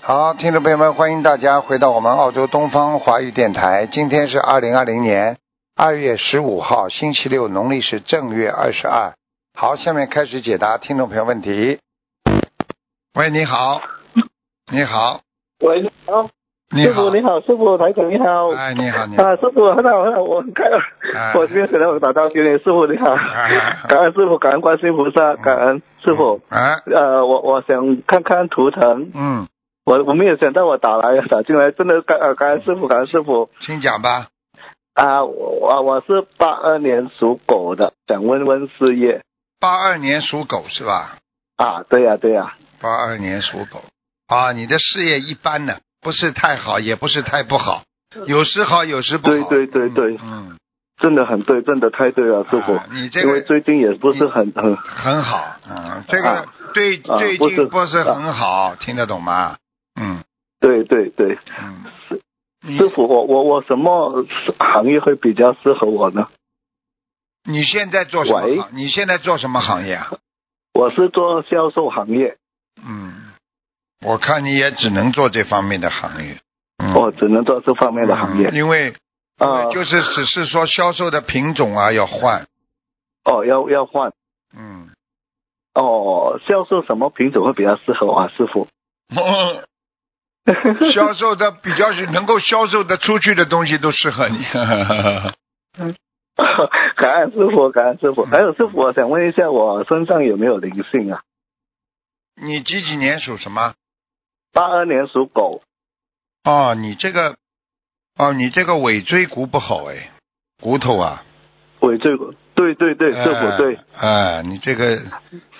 好，听众朋友们，欢迎大家回到我们澳洲东方华语电台。今天是二零二零年二月十五号，星期六，农历是正月二十二。好，下面开始解答听众朋友问题。喂，你好，你好，喂，你好，你师好傅，你好，师傅，台长你好。哎，你好，你好，啊，师傅很好很好，我很开朗，哎我今天给到我打到给你，师傅你好，哎感恩师傅，感恩观世音菩萨，感恩师傅。哎，呃，我我想看看图腾，嗯，我我没有想到我打来打进来，真的感呃感恩师傅，感恩师傅请讲吧。啊，我我我是八二年属狗的，想问问事业八二年属狗是吧？啊，对呀、对呀、八二年属狗啊，你的事业一般呢，不是太好，也不是太不好，有时好，有时不好。对对对对，嗯，真的很对，真的太对了，师傅，啊你这因为个最近也不是很很很好，嗯，这个啊对啊最不是近不是很好，听得懂吗？嗯对对对，嗯，你师傅，我我我什么行业会比较适合我呢？你现在做什么喂行？你现在做什么行业啊？我是做销售行业，嗯，我看你也只能做这方面的行业。嗯，我只能做这方面的行业嗯。因为啊、就是只是说销售的品种啊要换。哦，要要换嗯， 哦，销售什么品种会比较适合我啊，师 傅？销售的比较是能够销售的出去的东西都适合你。 感恩师傅，感恩师嗯傅。还有师傅，我想问一下，我身上有没有灵性啊？你几几年属什么？八二年属狗，哦，你这个，哦，你这个尾椎骨不好哎，骨头啊。尾椎骨，对对对，哎师傅对，。哎，你这个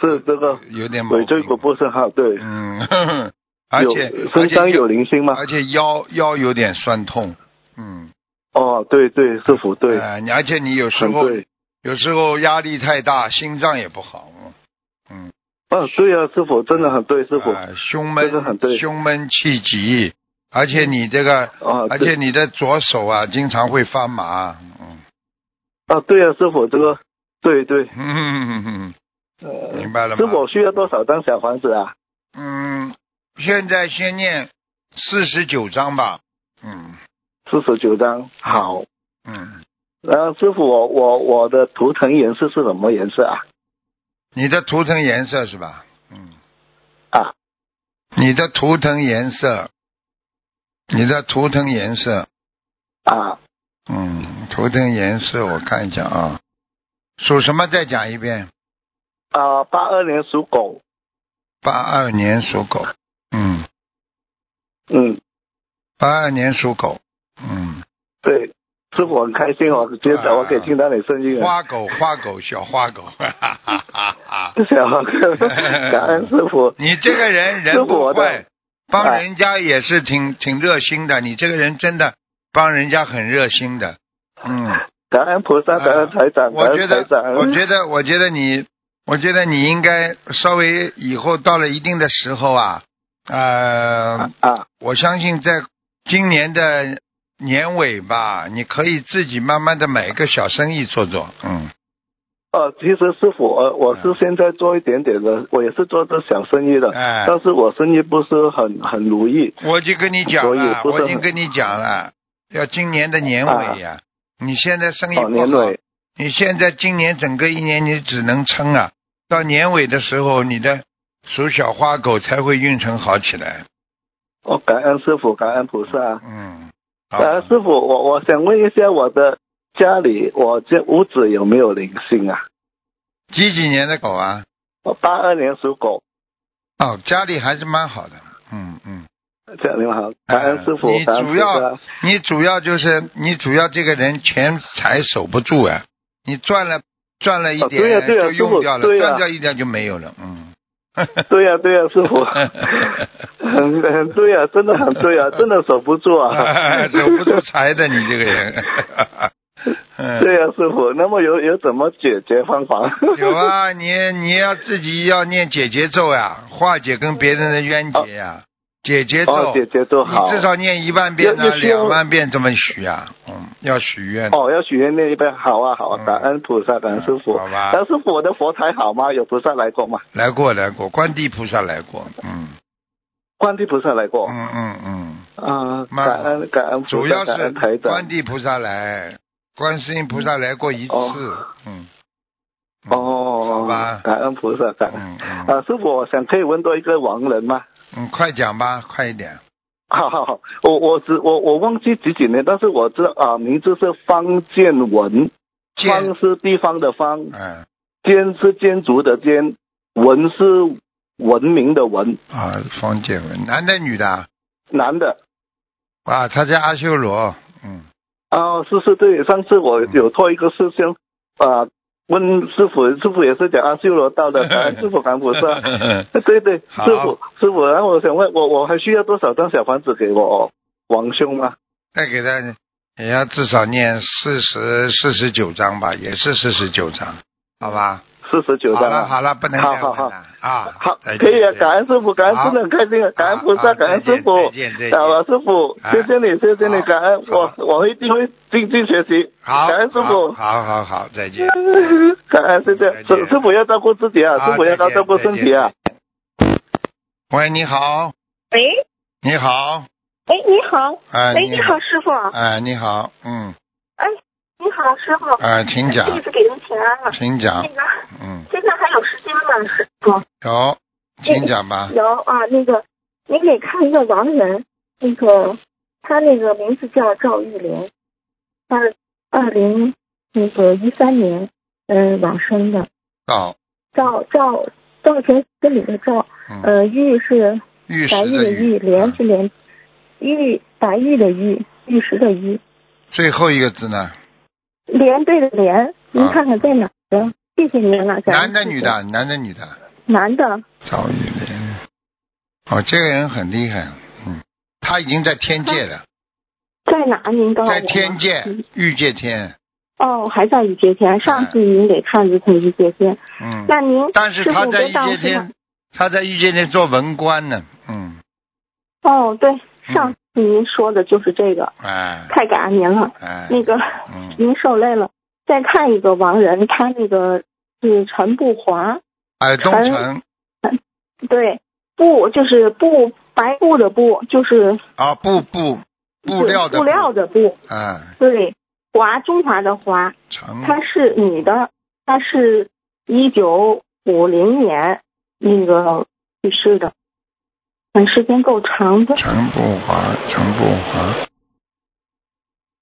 是这个有点毛病尾椎骨。不是好，对，嗯， 呵呵嗯而且有而身且上有腰灵性吗？而且腰腰有点酸痛。嗯，哦，对对，师傅对，哎你而且你有时很候对。有时候压力太大，心脏也不好。嗯，啊，对啊，师傅真的很对，师傅啊胸这个很闷对胸闷气急，而且你这个，啊，而对且你的左手啊，经常会发麻。嗯啊，对啊，师傅这个对对，嗯嗯， 呃，明白了师吗？傅需要多少张小房子啊？嗯，现在先念四十九章吧。嗯四十九张，好。嗯，然后师傅，我我我的图腾颜色是什么颜色啊？你的图腾颜色是吧？嗯啊，你的图腾颜色，你的图腾颜色，啊，嗯，图腾颜色我看一下啊，属什么？再讲一遍。啊，八二年属狗，八二年属狗，嗯，嗯，八二年属狗，嗯，对，师傅很开心，哦我觉啊得我可以听到你声音了。花狗，花狗，小花狗，哈哈哈哈哈。小 房子，哦感恩师傅。你这个人师人傅不我的坏，帮人家也是挺挺热心的。你这个人真的帮人家很热心的。嗯，感恩菩萨，感恩台长，感我觉恩台得，长。我觉得，我觉得你，我觉得你应该稍微以后到了一定的时候啊，呃，啊，我相信在今年的年尾吧，你可以自己慢慢的买一个小生意做做。嗯，哦，其实师傅，呃，我是现在做一点点的，我也是做这小生意的，哎但是我生意不是很很如意。我就跟你讲所以了，不是我已经很啊跟你讲了，要今年的年尾呀、你现在生意哦，不年好，尾你现在今年整个一年你只能撑啊，到年尾的时候，你的属小花狗才会运程好起来。哦，感恩师傅，感恩菩萨，嗯，好感恩师傅，我我想问一下我的家里，我这屋子有没有灵性啊？几几年的狗啊？我八二年属狗，哦，家里还是蛮好的。嗯嗯，这样你好，感恩师傅哎你，感恩菩主要萨，啊你主要就是你主要这个人钱财守不住啊，你赚了赚了一哦点、对呀对呀就师用傅掉了，对呀赚掉一点就没有了。嗯，，对呀、对呀、师傅，很很对呀、真的很对呀、真的守不住啊哎 守不住财的你这个人。嗯， 对呀、师傅，那么有有怎么解决方法？有啊，你你要自己要念解结咒呀、化解跟别人的冤结呀、解结咒，哦哦，姐姐都好。你至少念一万遍呢、要要需要两万遍这么许啊，嗯，要许愿。哦，要许愿那一边好啊好嗯啊，感恩菩萨，感恩师傅。好吧感恩师傅，我的佛台好吗？有菩萨来过吗？来过来过，观地菩萨来过，嗯，观地菩萨来过，嗯嗯嗯，啊，蛮哦感恩感恩主菩萨，要感是恩台长观。地菩萨来，观世音菩萨来过一次哦，嗯，嗯，哦，好吧感恩菩萨，感恩。嗯嗯啊，师傅，我想可以问多一个亡人吗？ 嗯，快讲吧，快一点，好好好，我我只我我忘记几几年，但是我知道啊，名字是方建文，见方，是地方的方，嗯建是建筑的建，文是文明的文，啊，方建文，男的女的啊男的。啊？他在阿修罗，嗯哦，是是，对，上次我有做一个事情，啊、问师傅，师傅也是讲阿啊修罗道 的，感恩师傅，感恩菩萨。 对对，好师傅，师傅，然后我想问，我我还需要多少张小房子给我王兄吗？再给他，也要至少念四十四十九章吧，也是四十九章，好吧？四十九张好了啊。好了，不能再好好问了啊！好，再见可以啊，再见感恩师傅，感恩真的很开心啊，感恩菩好好萨，感恩再师见傅，再见再见啊，老师傅，啊谢谢你，谢谢你，好感恩，我好我一定会精进学习，好，感恩师傅，好好好好，再见。 感恩谢谢再，见师师傅要照顾自己啊，好师傅要照顾身体啊。。再见喂，你好，喂，你好，哎，你好，哎，喂，你好，，师傅，哎，你好，嗯，哎，你好，师傅，哎，请讲，弟子给您请安了。请讲那，个，嗯，现在还有时间吗，师傅？有，请讲吧，有啊，那个，您给看一个亡人，那个他那个名字叫赵玉莲，他是二零那个一三年，嗯、往生的。到，赵赵赵全跟里的赵，嗯，呃，玉是玉石白玉的的玉，啊玉，莲嗯是莲，玉白玉的玉，玉石的玉。最后一个字呢？连对的连，您啊看看在哪儿呢？谢谢您了，感男恩的师傅女？的？男的女的？男的，赵玉莲，哦，这个人很厉害，嗯，他已经在天界了，在哪儿？您告诉我在吗。天界，欲界天，哦，还在一节前。上次您给看一次一节前，嗯，那您但是师他傅在别御当界时呢天，他在御界天做文官呢，嗯，哦，对，嗯上次您说的就是这个，哎太感恩您了。哎，那个嗯，您受累了，再看一个亡人，他那个是陈步华，尔哎东陈城对，布就是布白布的布，就是啊，布布布料的布料的布，啊，对，华中华的华，城她是女的，她是一九五零年那个去世的，嗯，时间够长的。陈步华，陈步华，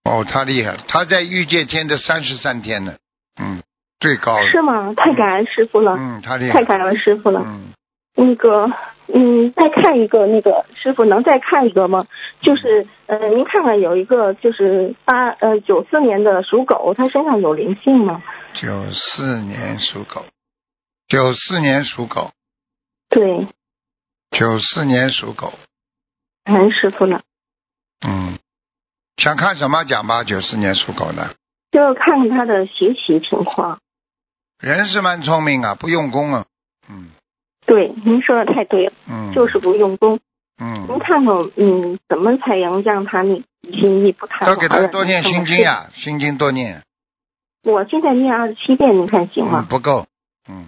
哦，他厉害，他在御界天的三十三天呢，嗯，最高是了，吗？太感恩师傅了，嗯，他厉害太，感恩师傅了。嗯，那个，嗯，再看一个，那个师傅能再看一个吗？就是，呃，您看看有一个就是八呃九四年的属狗，它身上有灵性吗？九四年属狗，九四年属狗，对，九四年属狗，感恩师傅了。嗯，想看什么讲吧？九四年属狗的就是看看他的学习情况。人是蛮聪明啊，不用功啊，嗯对，您说的太对了，嗯，就是不用功。您嗯，看看，嗯，怎么才能让他那心意不啊贪要给玩他儿多念心经呀、呀，心经多念，我现在念二十七遍，您看行嗯，吗？不够，嗯，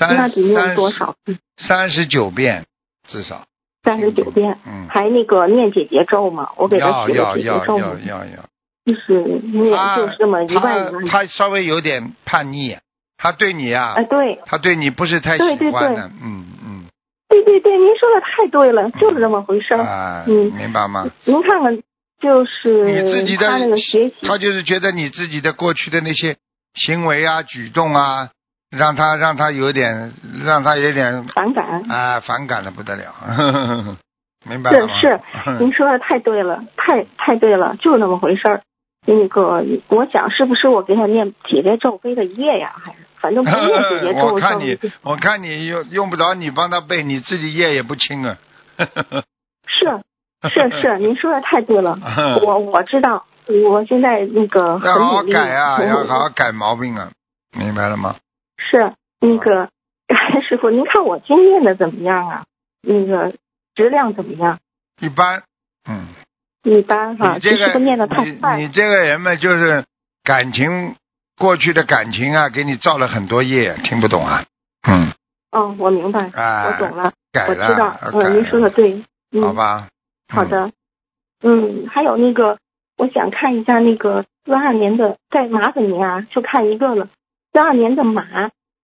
那三得念三多少？三十九遍至少，三十九遍。嗯，还那个念姐姐咒嘛，我给他要写的要姐姐要咒要嘛，要要，就是念就是这呃么一万一万他。他稍微有点叛逆，他对你啊哎，，对，他对你不是太对喜对欢对的，嗯嗯。对对对，您说的太对了，就是这么回事儿。啊，嗯明白吗？您看看，就是你自己的他那个学习，他就是觉得你自己的过去的那些行为啊、举动啊，让他让他有点让他有点反感。啊反感的不得了， 明白是了吗？是 您说的太对了，太太对了，就是那么回事儿。那个，我想是不是我给他念姐姐咒背的夜呀？还是 反正不念姐姐咒我看上你，我看你用用不着你帮他背，你自己夜也不轻啊。是是 是，您说的太对了，嗯我我知道，我现在那个要好好很努力，改啊，很努要力好好改毛病啊，明白了吗？是那个哎师傅，您看我经念的怎么样啊？那个质量怎么样？一般，嗯。一般哈、你这这师个傅念的太你快你这个人嘛，就是感情过去的感情啊，给你造了很多业，听不懂啊？嗯，哦，我明白，哎我懂了，改我了，知道，改嗯，您说的了，对，嗯，好吧？好嗯。的，嗯，还有那个，我想看一下那个四二年的，在麻烦您啊，就看一个了，四二年的马，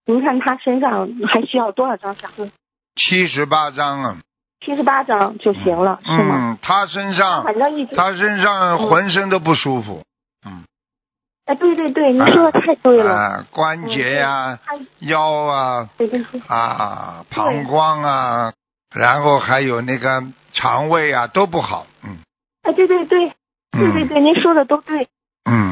您看他身上还需要多少张小子？七十八章啊，七十八张就行了，是吗？嗯，他身上反正一直，他身嗯上浑身都不舒服，哎，对对对，您说的太对了，啊，关节呀、他腰啊对对对，啊、膀胱啊，然后还有那个肠胃啊都不好，嗯哎，对对对，对对嗯对，您说的都对。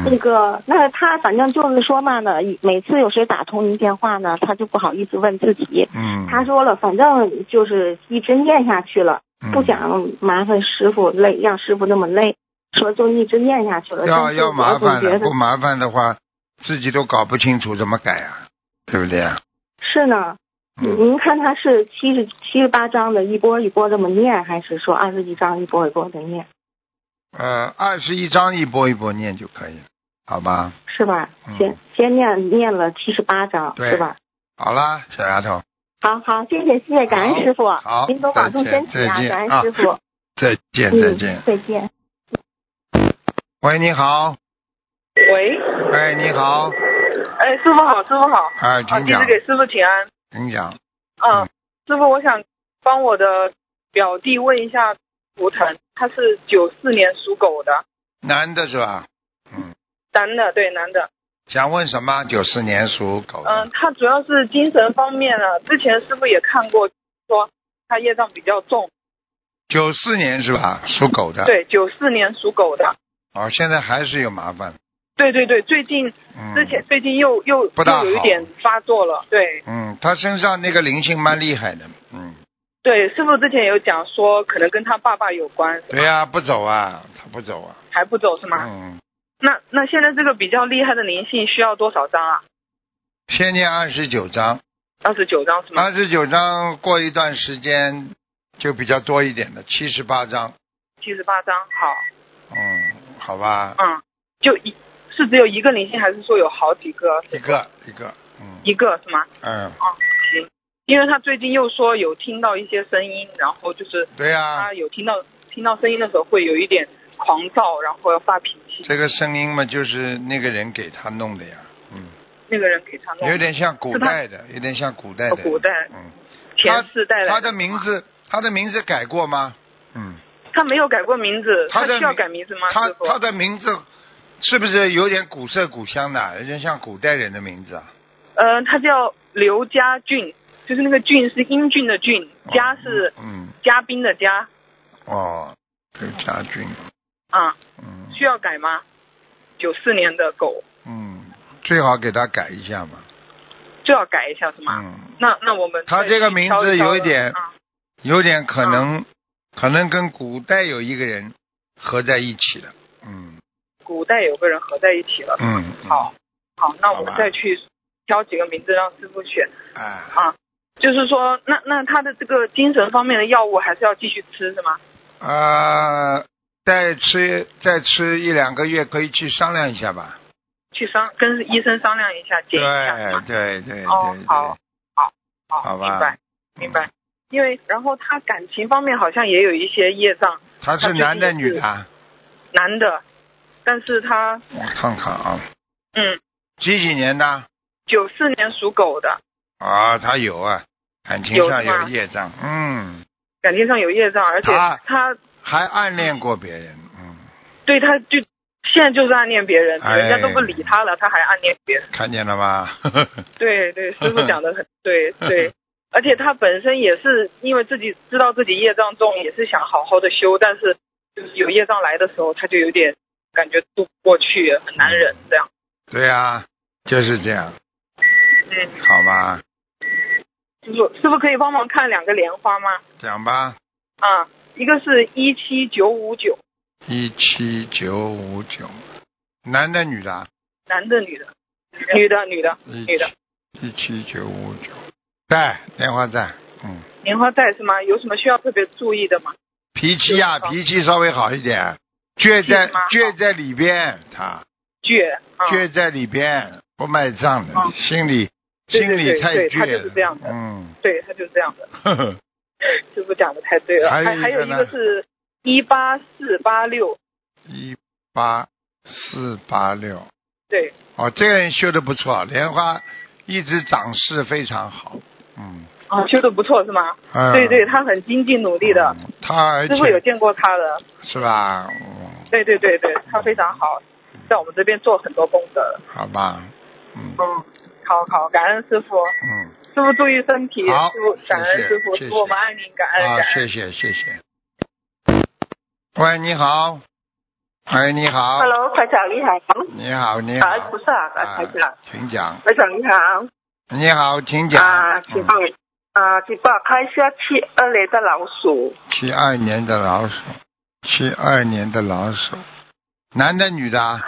那嗯，个，那他反正就是说嘛呢，每次有谁打通您电话呢，他就不好意思问自己。嗯，他说了，反正就是一直念下去了，嗯不想麻烦师傅累，让师傅那么累，说就一直念下去嗯了。要但是要我麻总烦觉的，得不麻烦的话，自己都搞不清楚怎么改啊，对不对啊？是呢。嗯您看他是七十七十八章的一波一波这么念，还是说二十一章一波一波的念，呃，二十一章一波一波念就可以了，好吧？是吧？嗯先先念念了七十八章，对是吧？好啦，小丫头，好好，谢谢谢谢，感好恩师傅，好您多保重再见身体啊再，见感啊恩师傅，再见嗯，再见。再见。喂，你好，喂，喂，你好，哎，师傅好，师傅好，哎，啊，请弟子讲，给师傅请安。请讲，嗯，嗯师傅，我想帮我的表弟问一下图腾，他是九四年属狗的，男的是吧？嗯，男的，对，男的。想问什么？九四年属狗的。嗯，他主要是精神方面啊，之前师傅也看过，说他业障比较重。九四年是吧？属狗的。。对，九四年属狗的。哦，现在还是有麻烦。对对对，最近嗯。之前、。最近又又不大好又有一点发作了，对嗯，他身上那个灵性蛮厉害的。嗯，对，师傅之前有讲说可能跟他爸爸有关，对呀、不走啊，他不走啊。还不走是吗？嗯，那那现在这个比较厉害的灵性需要多少张啊？先念二十九章，二十九张是吗？二十九章过一段时间就比较多一点的，七十八章。七十八张，好，嗯，好吧，嗯，就一是只有一个灵性，还是说有好几个？一个一个，嗯一个是吗？嗯，啊、行，因为他最近又说有听到一些声音，然后就是对呀、他有听到听到声音的时候会有一点狂躁，然后要发脾气，这个声音嘛，就是那个人给他弄的呀。嗯，那个人给他弄有点像古代的，有点像古代的。哦古代嗯，前世带来他的名字，他的名字改过吗？嗯，他没有改过名字，他呃他的需要名改名字吗？他师傅，他的名字是不是有点古色古香的，有点像古代人的名字啊？呃，他叫刘家俊，就是那个俊是英俊的俊，家是嗯，嘉宾的嘉，哦，刘家俊，啊，嗯需要改吗？九四年的狗，嗯，最好给他改一下嘛。就要改一下是吗？嗯，那那我们他再这个去名挑字挑有一了点啊有点可能，可能跟古代有一个人合在一起了。嗯古代有个人合在一起了，嗯，嗯好，好，那我好们吧再去挑几个名字让师傅选。啊哎。就是说，那那他的这个精神方面的药物还是要继续吃是吗？呃，再吃再吃一两个月，可以去商量一下吧。去商跟医生商量一下，对减一下是吗？对对对哦对，好好吧嗯明白明白。因为然后他感情方面好像也有一些业障，他是男的女的啊？男的，但是他我看看啊，嗯，几几年的？九四年属狗的，啊，他有啊，感情有上是吗有业障，嗯，感情上有业障，而且他他还暗恋过别人，嗯，对他就现在就是暗恋别人，哎人家都不理他了，他还暗恋别人。看见了吧？对对，师傅讲的很对对，而且他本身也是因为自己知道自己业障重，也是想好好的修，但是就是有业障来的时候，他就有点感觉渡不过去，很难忍这样。 对啊，就是这样，嗯，好吧，师傅师傅可以帮忙看两个莲花吗？讲吧，啊，一个是一七九五九，一七九五九，男的女的啊？男的女的，嗯女的女的一女的七，一七九五九，在电话在，嗯，莲花在是吗？有什么需要特别注意的吗？脾气呀、是吗脾气稍微好一点，倔在是吗倔在里边，他倔，啊、倔在里边，不卖账的，嗯心里对对心里对太对倔他就是这样了，的嗯，对他就是这样的。呵呵， 师傅讲的太对了。还有还一还有个一呢个是一八四八六，一八四八六。对，哦，这个人修的不错，莲花一直长势非常好。嗯，啊，修的不错是吗？嗯对对，他很精进努力的，嗯他而师傅有且见过他的，是吧？嗯，对对对对，他非常好，在我们这边做很多功德了。好吧，嗯嗯，好好，感恩师傅，嗯，师傅注意身体，好师傅感恩谢谢师傅，谢谢师傅我们爱您，哎感恩啊感，恩。谢谢谢谢。喂，你好，喂，你好 Hello，台长你好，你好，你感恩好菩，萨，感恩啊台长，，请讲，台长你好，你好，请讲，啊，请帮我啊，请帮我看一下七二年的老鼠，七二年的老鼠，七二年的老鼠，男的女的啊？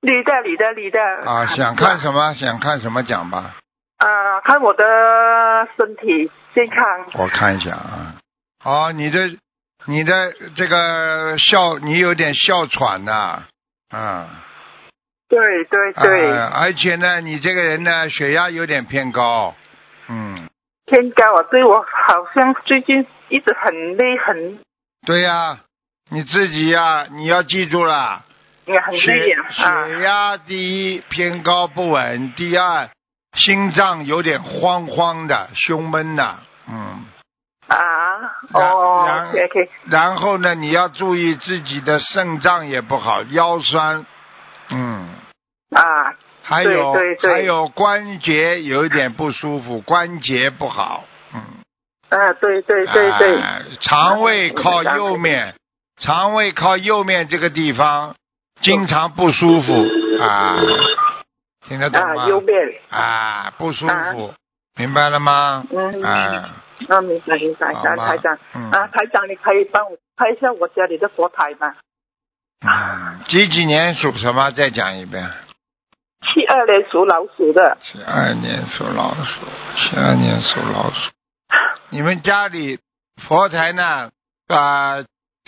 女的女的女的啊，想看什么？想看什么讲吧，啊，看我的身体健康，我看一下啊。哦，你的你的这个哮，你有点哮喘呐、啊，对对对，呃而且呢，你这个人呢，血压有点偏高，嗯，天高啊，对我好像最近一直很累，很对呀、你自己呀、你要记住了，也很累血呀啊，血压第一偏高不稳，第二心脏有点慌慌的，胸闷的，嗯。啊，然哦然，OK OK，然后呢，你要注意自己的肾脏也不好，腰酸，嗯，啊，还有对对对还有关节有一点不舒服，关节不好，嗯，啊，对对对对，哎肠胃靠右面，肠胃靠右面这个地方经常不舒服啊，听得懂吗嗯啊，？右边，啊，不舒服，明白了吗？嗯。啊，啊，明白明白，好台吗台长、嗯啊，台长，你可以帮我看一下我家里的佛台吗？嗯，几几年属什么？再讲一遍。七二年属老鼠的，七二年属老鼠，七二年属老鼠。你们家里佛台呢？啊、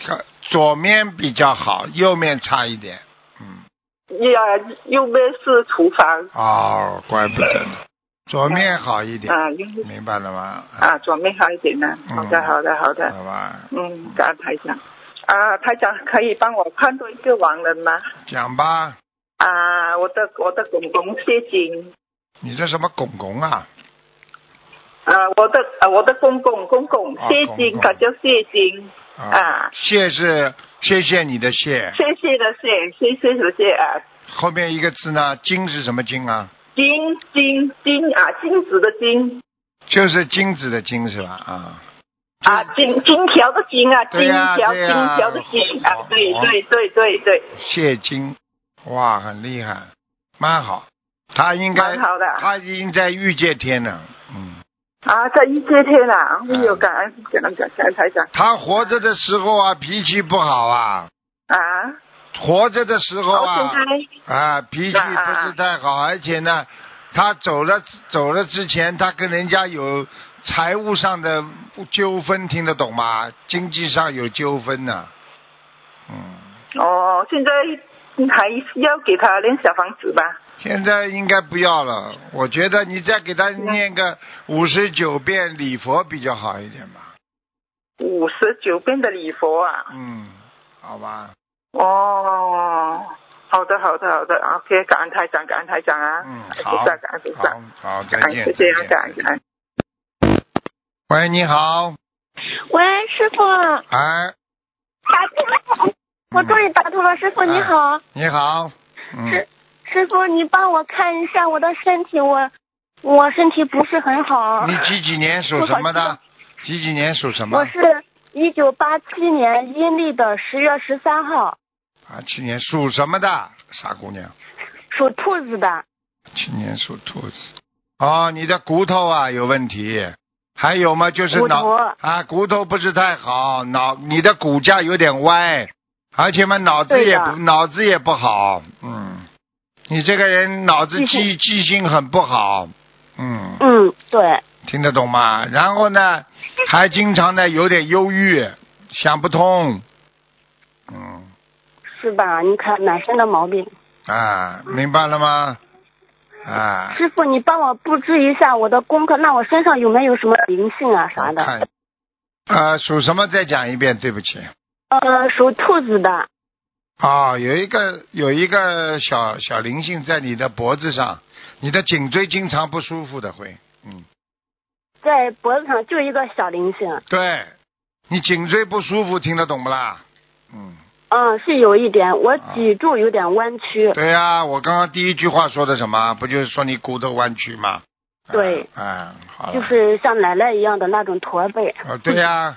看左面比较好，右面差一点。嗯，呀，右边是厨房哦，怪不得呢，左面好一点，啊，右边明白了吗？啊，左面好一点呢、嗯好的好的好的，好吧，嗯，感恩台长。啊，台长可以帮我看多一个亡人吗？讲吧，啊，我的我的公公谢金，你这什么拱拱啊？啊，我的啊我的公公公公啊谢公金，公他叫谢金，啊谢是谢谢你的谢，谢谢的谢，谢谢的谢啊，后面一个字呢？金是什么金啊？金金金啊，金子的金，就是金子的金是吧？啊。啊，金金条的金啊，金对呀条、对呀哦金条的金好啊，对好对对对对，谢金，哇，很厉害，蛮好。他应该，蛮好的他已经在御界天了。嗯，啊，在一这天啊，嗯哎呦，感恩感恩感恩台长他活着的时候啊，脾气不好啊，啊，活着的时候我啊，现啊，脾气不是太好，而且呢，他走了走了之前，他跟人家有财务上的纠纷，听得懂吗？经济上有纠纷呢、嗯，在哦，现在还要给他练小房子吧，现在应该不要了，我觉得你再给他念个五十九遍礼佛比较好一点吧。五十九遍的礼佛啊，嗯，好吧，哦，好的好的好的，OK，感恩台长感恩台长啊，嗯，感恩好菩萨感恩菩，萨好，，好，再感见，恩就这再见样感恩感恩。喂，你好，喂，师傅，打哎，通了，我终于打通了。师傅哎哦你好，你好，嗯是，师傅你帮我看一下我的身体，我我身体不是很好。你几几年属什么的？几几年属什我么？是一九八七年阴历的十月十三号，啊，去年属什么的？傻姑娘，属兔子的。去年属兔子。哦，你的骨头啊有问题，还有吗？就是骨脑头啊，骨头不是太好，脑你的骨架有点歪，而且嘛脑子对也的不脑子也不好，嗯，你这个人脑子记记记性很不好，嗯，嗯，对，听得懂吗？然后呢，嗯还经常呢有点忧郁，想不通，嗯是吧？你看满身的毛病。啊，嗯明白了吗？啊，师傅，你帮我布置一下我的功课，那我身上有没有什么灵性啊啥我的？看啊，属什么？再讲一遍，对不起。呃，属兔子的。啊，有一个有一个小小灵性在你的脖子上，你的颈椎经常不舒服的会，嗯，在脖子上就一个小灵性，对，你颈椎不舒服，听得懂不啦？嗯，嗯，是有一点，我啊脊柱有点弯曲， 对呀、我刚刚第一句话说的什么？不就是说你骨头弯曲吗？对嗯，嗯好了。就是像奶奶一样的那种驼背。哦，对呀、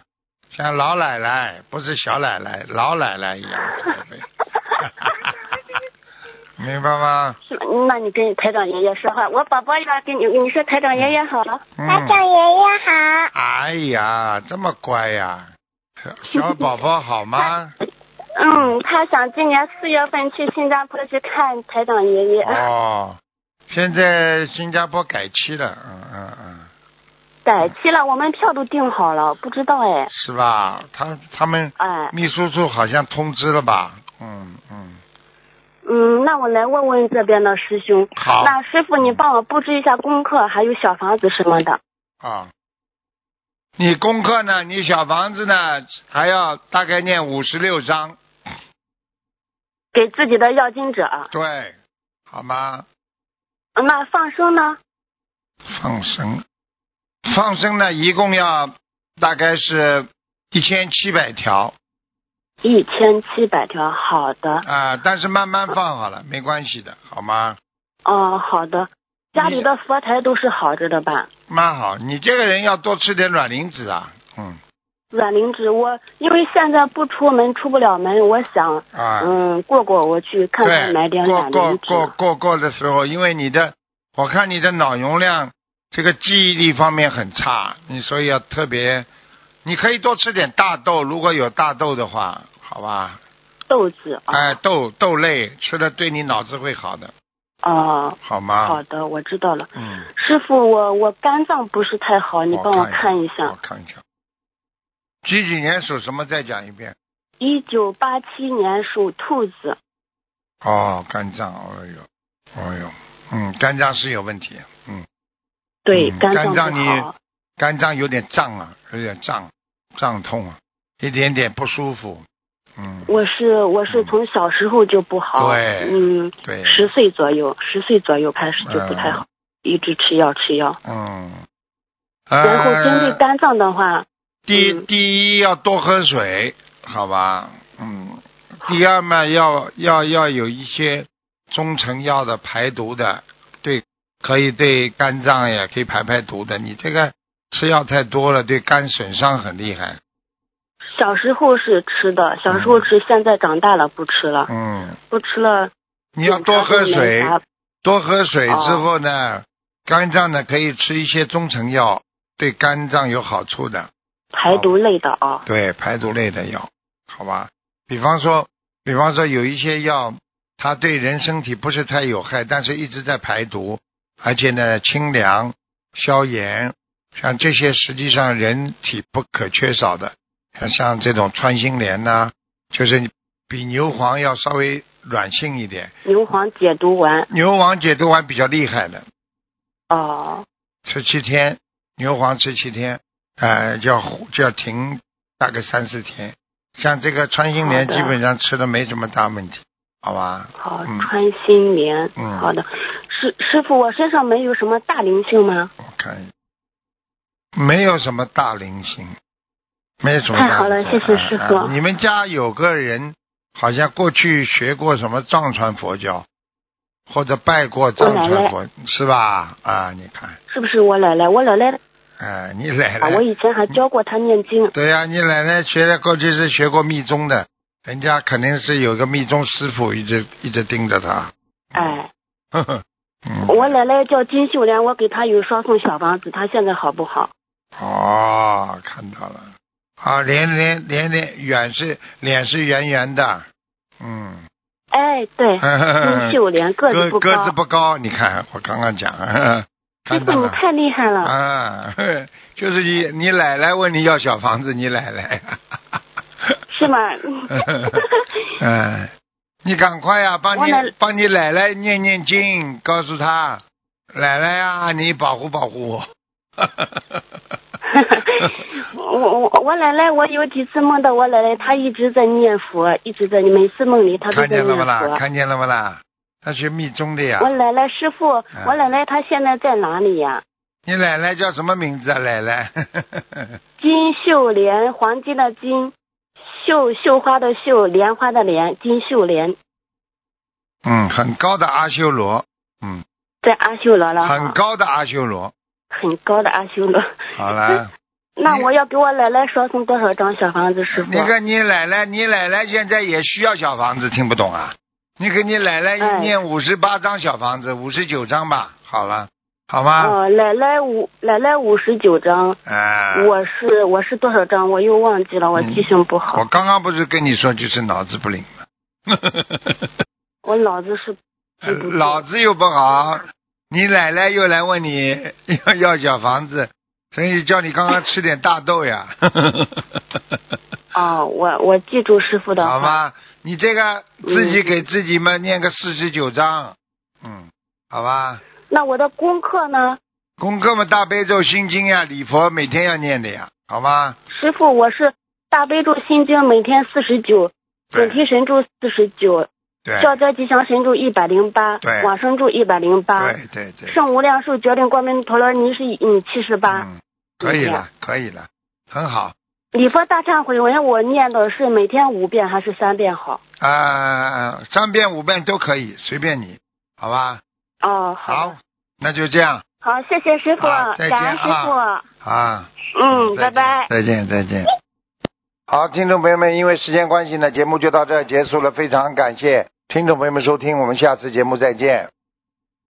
像老奶奶，不是小奶奶，老奶奶一样驼背， 明白吗？嗯那你跟台长爷爷说话，我宝宝要跟你你说台长爷爷好，嗯。爷爷好，哎呀，这么乖呀，小宝宝好 吗？嗯，他想今年四月份去新加坡去看台长爷爷，哦，现在新加坡改期了，嗯嗯嗯，改期了，我们票都订好了，不知道哎，是吧？他他们哎，秘书处好像通知了吧？嗯嗯，嗯，那我来问问这边的师兄，好那师傅你帮我布置一下功课，还有小房子什么的，啊。你功课呢？你小房子呢？还要大概念五十六章，给自己的要经者。啊对，好吗？那放生呢？放生，放生呢，一共要大概是一千七百条。一千七百条，好的，啊、但是慢慢放好了，没关系的，好吗？哦，好的。家里的佛台都是好着的吧？蛮好，你这个人要多吃点卵磷脂啊，嗯软磷脂，我因为现在不出门，出不了门，我想，啊，嗯，过过我去看看买对，点过软过磷脂。过过过的时候，因为你的，我看你的脑容量这个记忆力方面很差，你所以要特别，你可以多吃点大豆，如果有大豆的话，好吧？豆子啊，哎，豆豆类吃了对你脑子会好的，哦，好吗？好的，我知道了。嗯，师傅，我我肝脏不是太好，你帮我看一我下。看一下。几几年属什么？再讲一遍。一九八七年属兔子，哦，肝脏，哎呦，哎呦，嗯，肝脏是有问题，嗯，对，嗯脏肝脏不好。肝脏有点胀啊，有点胀，胀痛啊，一点点不舒服，嗯，我是我是从小时候就不好，对嗯，对，十岁左右，十岁左右开始就不太好，一直吃药吃药。嗯，然后针对呃，肝脏的话，第嗯第一要多喝水，好吧，嗯，第二嘛，要要要有一些中成药的排毒的，对，可以对肝脏也可以排排毒的，你这个吃药太多了，对肝损伤很厉害，小时候是吃的，小时候吃，现在长大了不吃了，嗯。不吃了。你要多喝嗯水，多喝水之后呢，肝脏呢可以吃一些中成药，对肝脏有好处的，排毒类的啊，对排毒类的药，好吧？比方说，比方说有一些药，它对人身体不是太有害，但是一直在排毒，而且呢清凉、消炎，像这些实际上人体不可缺少的，像像这种穿心莲呐、就是比牛黄要稍微软性一点。牛黄解毒丸牛黄解毒丸比较厉害的，哦，吃七天，牛黄吃七天，呃，就要就要停大概三四天。像这个穿心莲，好基的本上吃的没什么大问题，好吧？好嗯穿心莲，嗯好的。师师傅，我身上没有什么大灵性吗？我看一下，没有什么大灵性，没有什么大灵性。太好了谢谢啊师傅啊你们家有个人好像过去学过什么藏传佛教，或者拜过藏我奶传奶佛，是吧？啊，你看，是不是我奶奶？我奶奶啊，你奶啊奶，我以前还嗯教过她念经。对呀、你奶奶学的过去是学过密宗的，人家肯定是有个密宗师傅一直一直盯着他。哎，呵呵， 嗯，我奶奶叫金秀莲，我给她有双送小房子，她现在好不好？哦，看到了，啊，脸脸脸脸圆是脸是圆圆的，嗯，哎，对， 金秀莲嗯个子个不个子高，不高，你看我刚刚讲， 呵呵师看傅到你了太厉害了，啊， 呵就是你你奶奶问你要小房子，你奶啊奶。是吗？ 哎，你赶快呀、帮我你奶帮你奶奶念念经，告诉她，啊 奶奶呀、你保护保护我。 我我我奶奶，我有几次梦到我奶奶，她一直在念佛，一直在每次梦里她都看在见了念不啦？佛。看见了不啦？他学密宗的呀我。奶奶师傅，嗯我奶奶她现在在哪里呀？你奶奶叫什么名字啊？奶奶， 金秀莲，黄金的金，绣绣花的绣，莲花的莲，金秀莲嗯，很高的阿修罗，嗯，在阿修罗了哈，很高的阿修罗。很高的阿修罗。好了， 那我要给我奶奶说送多少张小房子，师傅？你跟你奶奶，你奶奶现在也需要小房子，听不懂啊？你给你奶奶哎念五十八张小房子，五十九张吧，好了，好吗？哦，奶奶五奶奶五十九张，啊，我是我是多少张？我又忘记了，我嗯记性不好，我刚刚不是跟你说就是脑子不灵 吗？我脑子是呃脑子又不好，你奶奶又来问你 要要小房子，所以叫你刚刚吃点大豆 呀，哦，我我记住师傅的好话。吗？你这个自嗯己给自己们念个四十九章，嗯，好吧？那我的功课呢？功课嘛，大悲咒、心经呀、礼佛每天要念的呀，好吗？师傅，我是大悲咒心经每天四十九，对准提神咒四十九，对消灾吉祥神咒一百零八对，往生咒一百零八，对对对，圣无量寿决定光明陀罗尼是嗯七十八，嗯，可以了，可以了，很好。礼佛大忏悔文我念的是每天五遍还是三遍好？啊、三遍五遍都可以，随便你，好吧？哦，好，那就这样好，谢谢师傅，好再见感恩师啊傅，啊。嗯，再拜见拜。再见，再见。好，听众朋友们，因为时间关系呢，节目就到这儿结束了。非常感谢听众朋友们收听，我们下次节目再见。